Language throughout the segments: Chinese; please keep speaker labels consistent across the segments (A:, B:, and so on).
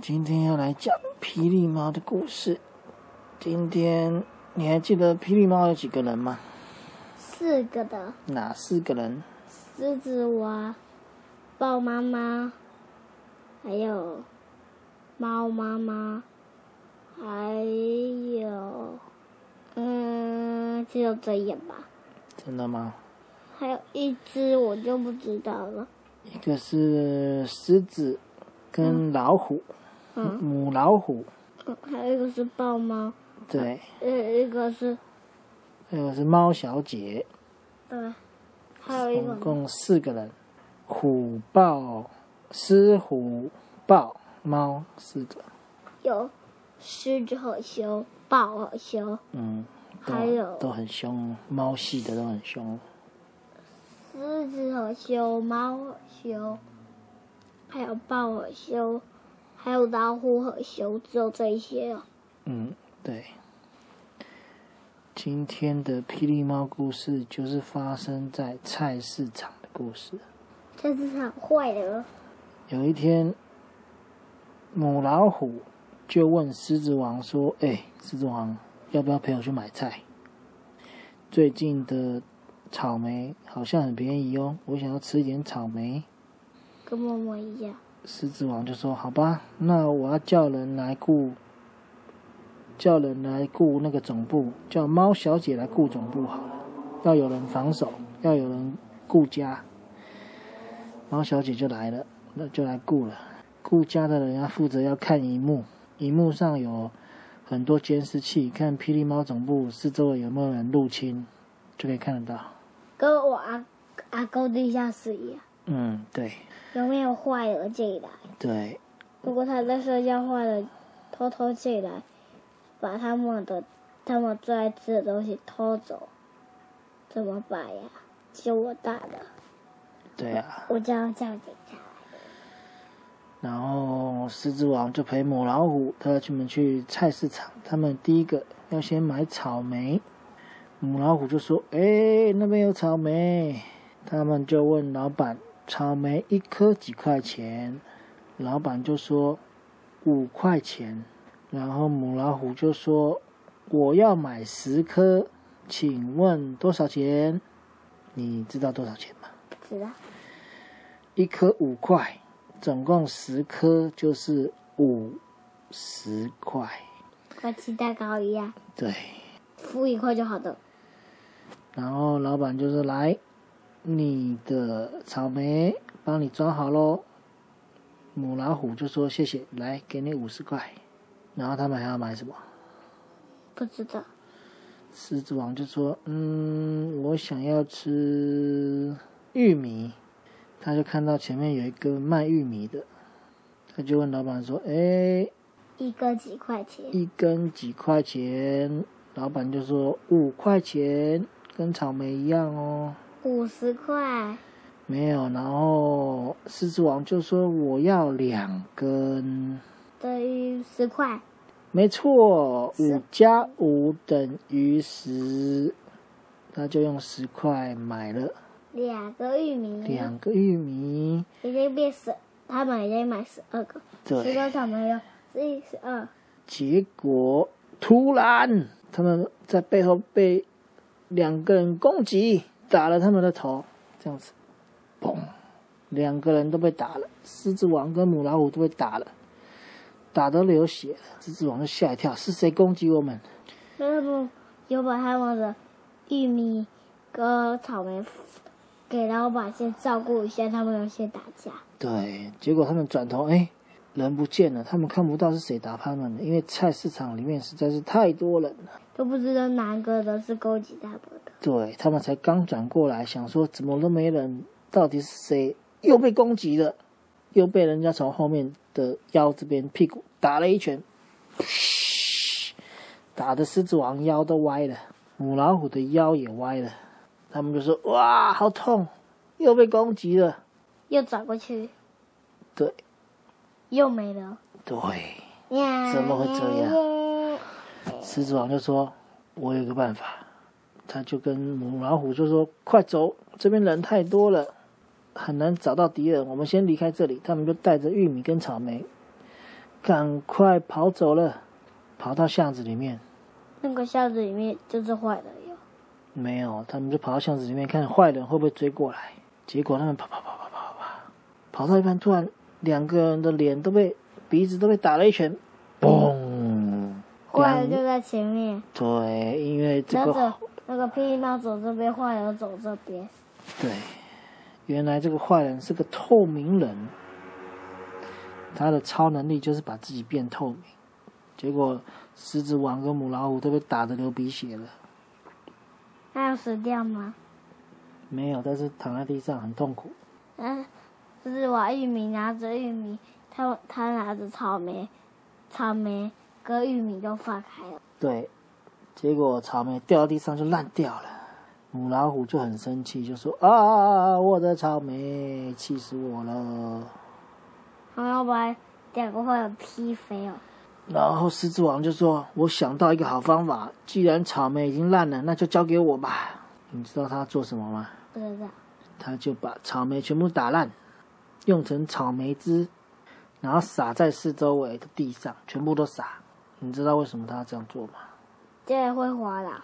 A: 今天要来讲霹雳猫的故事。今天你还记得霹雳猫有几个人吗？
B: 四个的
A: 哪四个人？
B: 狮子娃、豹妈妈，还有猫妈妈，还有嗯，只有这眼吧。
A: 真的吗？
B: 还有一只我就不知道了。
A: 一个是狮子跟老虎，母老虎，
B: 嗯，还有一个是豹猫，
A: 对，
B: 呃，一个是
A: 还有是猫小姐，
B: 对，呃还有一
A: 总
B: 个
A: 共四个人，虎豹、狮虎豹猫四个，
B: 有狮子很凶，豹很凶，
A: 嗯，都
B: 还有
A: 都很凶，猫系的都很凶，
B: 狮子很凶，猫很凶，还有豹很凶，还有老虎很凶，只有这一些了。
A: 嗯，对。今天的霹雳猫故事就是发生在菜市场的故事。
B: 这是很坏的，
A: 有一天，母老虎就问狮子王说：“哎、狮子王，要不要陪我去买菜？最近的草莓好像很便宜哦，我想要吃一点草莓。
B: 跟默默一样。”
A: 狮子王就说：“好吧，那我要叫人来雇，叫人来雇那个总部，叫猫小姐来雇总部好了，要有人防守，要有人顾家。”猫小姐就来了，那就来雇了。顾家的人要负责要看荧幕，荧幕上有很多监视器，看霹雳猫总部四周围有没有人入侵，就可以看得到。
B: 跟我阿阿公地下室一样，
A: 嗯，对
B: 有没有坏人进来？
A: 对，
B: 如果他在睡觉，坏人偷偷进来，把他们的他们最爱吃的东西偷走，怎么办呀？是我打的，
A: 对啊。
B: 我这样叫警察。
A: 然后狮子王就陪母老虎，他要们去菜市场。他们第一个要先买草莓，母老虎就说：“哎，那边有草莓。”他们就问老板：“草莓一颗几块钱？”老板就说：“五块钱。”然后母老虎就说：“我要买十颗，请问多少钱？你知道多少钱吗？”
B: 知道，
A: 一颗五块，总共十颗就是五十块。
B: 跟吃蛋糕一样，
A: 对，
B: 付一块就好的。
A: 然后老板就说：“来，你的草莓帮你装好喽。”母老虎就说：“谢谢，来，给你五十块。”然后他们还要买什么？
B: 不知道，
A: 狮子王就说：“嗯，我想要吃玉米。”他就看到前面有一个卖玉米的，他就问老板说：“哎，
B: 一个几块钱，
A: 一根几块钱，老板就说五块钱，跟草莓一样哦。
B: 五十块，
A: 没有，然后狮子王就说我要两根，
B: 等于十块。
A: 没错，
B: 是
A: 五加五等于十，他就用十块买了
B: 两个玉米，
A: 两个玉米。
B: 已经变十，他们已经买十二个，十
A: 对，
B: 个草莓了，一十二，
A: 结果突然他们在背后被两个人攻击，打了他们的头，这样子，嘣，两个人都被打了，狮子王跟母老虎都被打了，打得流血了，狮子王就吓一跳，是谁攻击我们？
B: 那么有把他们的玉米跟草莓给老板先照顾一下，他们有些打架，
A: 对，结果他们转头，哎，人不见了，他们看不到是谁打他们的，因为菜市场里面实在是太多人了。
B: 都不知道哪个人是攻击他们的。
A: 对他们才刚转过来，想说怎么都没人，到底是谁又被攻击了？又被人家从后面的腰这边屁股打了一拳，打的狮子王腰都歪了，母老虎的腰也歪了。他们就说：“哇，好痛，又被攻击了。
B: 又转过去，
A: 对”
B: 又没了，
A: 对怎么会这样？狮子王就说：“我有个办法。”他就跟母老虎就说：“快走，这边人太多了，很难找到敌人。我们先离开这里。”他们就带着玉米跟草莓，赶快跑走了，跑到巷子里面。
B: 那个箱子里面就是坏的哟。
A: 没有，他们就跑到巷子里面看坏人会不会追过来。结果他们跑跑跑跑跑跑，跑到一半，突然两个人的脸都被鼻子都被打了一拳，嘣！
B: 坏的就在前面，
A: 对，因为啊这
B: 然后
A: 个
B: 走那个霹雳猫走这边，坏的走这边。
A: 对，原来这个坏人是个透明人，他的超能力就是把自己变透明。结果狮子王跟母老虎都被打得流鼻血了。
B: 那有死掉吗？
A: 没有，但是躺在地上很痛苦。
B: 嗯，就是我玉米拿着玉米，他他拿着草莓，草莓跟玉米都放开了。
A: 对，结果草莓掉到地上就烂掉了。母老虎就很生气，就说：“啊，我的草莓，气死我了！”
B: 然后把两个坏人劈飞了。
A: 然后狮子王就说：“我想到一个好方法，既然草莓已经烂了，那就交给我吧。”你知道他做什么吗？
B: 不知道，
A: 他就把草莓全部打烂，用成草莓汁，然后撒在四周围的地上，全部都撒。你知道为什么他这样做吗？
B: 这样会滑啦，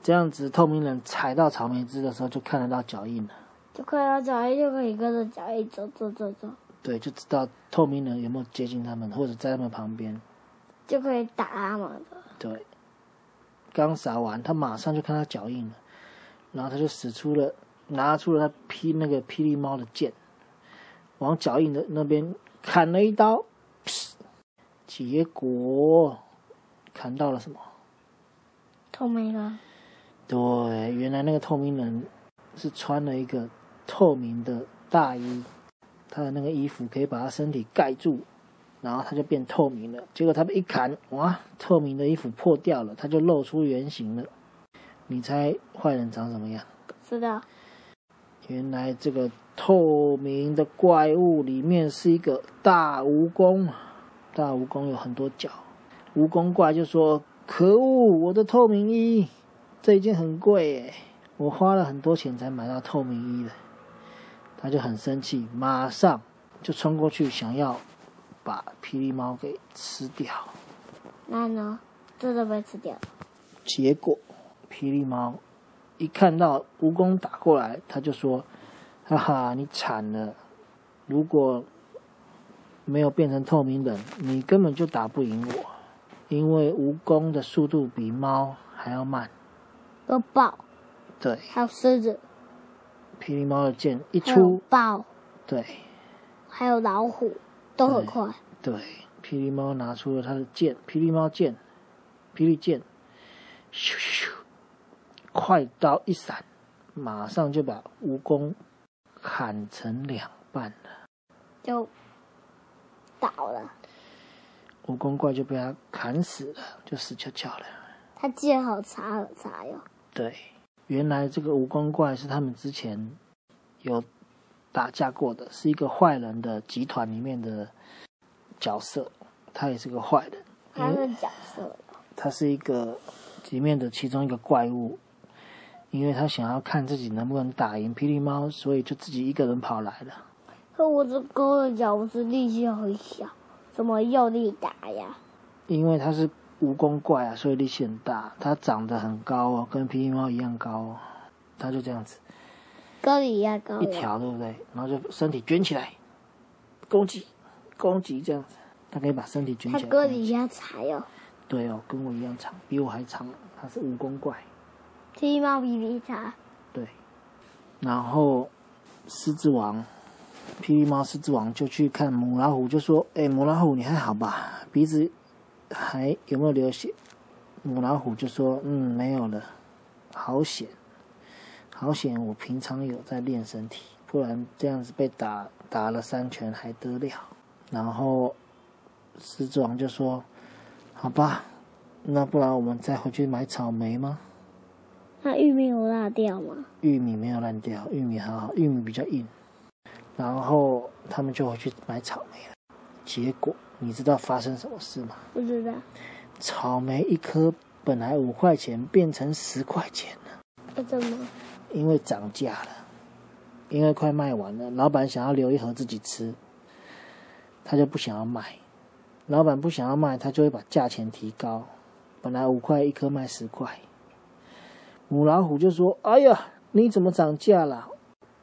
A: 这样子透明人踩到草莓汁的时候，就看得到脚印了。
B: 就看到脚印就可以跟着脚印走走走走，
A: 对，就知道透明人有没有接近他们，或者在他们旁边。
B: 就可以打他们了。
A: 对，刚撒完，他马上就看到脚印了，然后他就使出了，拿出了他劈那个霹雳猫的剑，往脚印的那边砍了一刀，结果砍到了什么？
B: 透明人，
A: 对，原来那个透明人是穿了一个透明的大衣，他的那个衣服可以把他身体盖住，然后他就变透明了。结果他被一砍，哇，透明的衣服破掉了，他就露出原形了。你猜坏人长什么样？
B: 不知道
A: 原来这个透明的怪物里面是一个大蜈蚣，啊大蜈蚣有很多脚，蜈蚣怪就说：“可恶，我的透明衣，这一件很贵耶，我花了很多钱才买到透明衣的。”他就很生气，马上就冲过去想要把霹雳猫给吃掉。
B: 那呢，真的被吃掉了。
A: 结果，霹雳猫一看到蜈蚣打过来，他就说：“哈哈，你惨了！如果没有变成透明人，你根本就打不赢我，因为蜈蚣的速度比猫还要慢。
B: 有豹，”
A: 对，
B: 还有狮子，
A: 霹雳猫的剑一
B: 还有
A: 出，
B: 豹，
A: 对
B: 还有老虎，都
A: 对
B: 很快。
A: 对，霹雳猫拿出了他的剑，霹雳猫剑，霹雳剑，咻咻咻，快刀一闪，马上就把蜈蚣砍成两半了。
B: 就倒了。
A: 蜈蚣怪就被他砍死了，就死翘翘了。
B: 他剑好长好长哟，
A: 对，原来这个蜈蚣怪是他们之前有打架过的，是一个坏人的集团里面的角色，他也是个坏人，
B: 他是角色，
A: 他是一个里面的其中一个怪物，因为他想要看自己能不能打赢霹雳猫，所以就自己一个人跑来了。
B: 可我这勾的脚，我这力气很小，怎么用力打呀？
A: 因为他是蜈蚣怪啊，所以力气很大，他长得很高哦，跟霹雳猫一样高哦，他就这样子。
B: 跟你一样高
A: 一
B: 呀，
A: 条，对不对？然后就身体卷起来，攻击，攻击这样子，它可以把身体卷
B: 他
A: 起来
B: 跟
A: 攻
B: 你
A: 击。
B: 一样长哟。
A: 对哦，跟我一样长，比我还长，它是蜈蚣怪。
B: 踢猫比比长，
A: 对，然后狮子王，霹雳猫狮子王就去看母老虎，就说：“哎，母老虎你还好吧？鼻子还有没有流血？”母老虎就说：“嗯，没有了，好险，好险！我平常有在练身体，不然这样子被打打了三拳还得了？”然后狮子王就说：“好吧，那不然我们再回去买草莓吗？”
B: 那玉米有辣掉吗？
A: 玉米没有烂掉，玉米还好，玉米比较硬。然后他们就回去买草莓了。结果你知道发生什么事吗？
B: 不知道，
A: 草莓一颗本来五块钱变成十块钱了，
B: 那怎么？
A: 因为涨价了，因为快卖完了，老板想要留一盒自己吃，他就不想要卖，老板不想要卖，他就会把价钱提高，本来五块一颗卖十块，母老虎就说：“哎呀，你怎么涨价啦？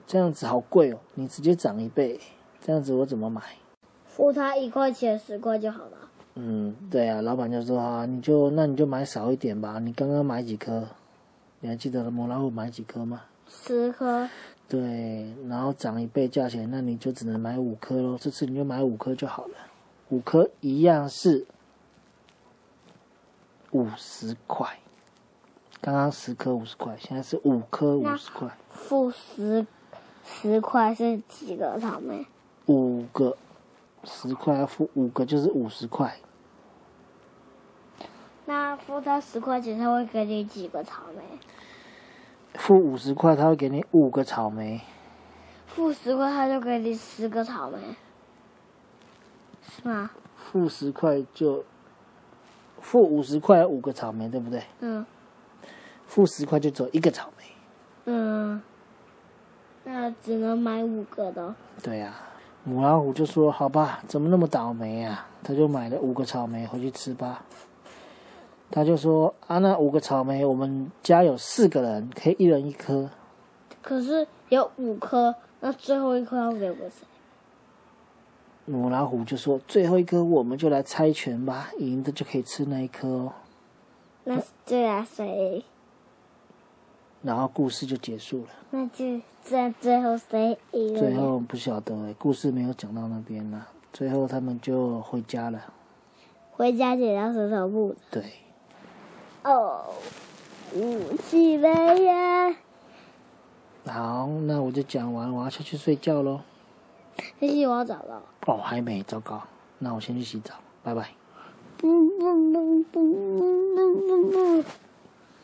A: 这样子好贵哦，你直接涨一倍，这样子我怎么买？”
B: 付他一块钱十块就好了。
A: 嗯，对啊，老板就说啊，你就那你就买少一点吧。你刚刚买几颗？你还记得母老虎买几颗吗？
B: 十颗，
A: 对，然后涨一倍价钱，那你就只能买五颗喽。这次你就买五颗就好了，五颗一样是五十块。刚刚十颗五十块，现在是五颗五十块，
B: 付十十块是几个草莓？
A: 五个十块要付五个就是五十块，
B: 那付他十块钱，他会给你几个草莓？
A: 付五十块他会给你五个草莓。
B: 付十块，他就给你十个草莓，是吗？
A: 付十块就付五十块有五个草莓，对不对？
B: 嗯
A: 付十块就只有一个草莓。
B: 嗯，那只能买五个的。
A: 对呀、母老虎就说：“好吧，怎么那么倒霉啊？”他就买了五个草莓回去吃吧。他就说：“啊，那五个草莓，我们家有四个人，可以一人一颗。
B: 可是有五颗，那最后一颗要给我谁？”
A: 母老虎就说：“最后一颗我们就来猜拳吧，赢的就可以吃那一颗哦。
B: 那这样谁？”
A: 然后故事就结束了。
B: 那就这样，最后谁赢了？
A: 最后不晓得、欸，故事没有讲到那边啦。最后他们就回家了。
B: 回家剪刀石头布。
A: 对。
B: 哦，舞起来呀！
A: 好，那我就讲完，我要下去睡觉喽。
B: 谢谢，我要找到。
A: 哦，还没，糟糕，
B: 嗯
A: 那我先去洗澡，拜拜。
B: 不不不不不不不不。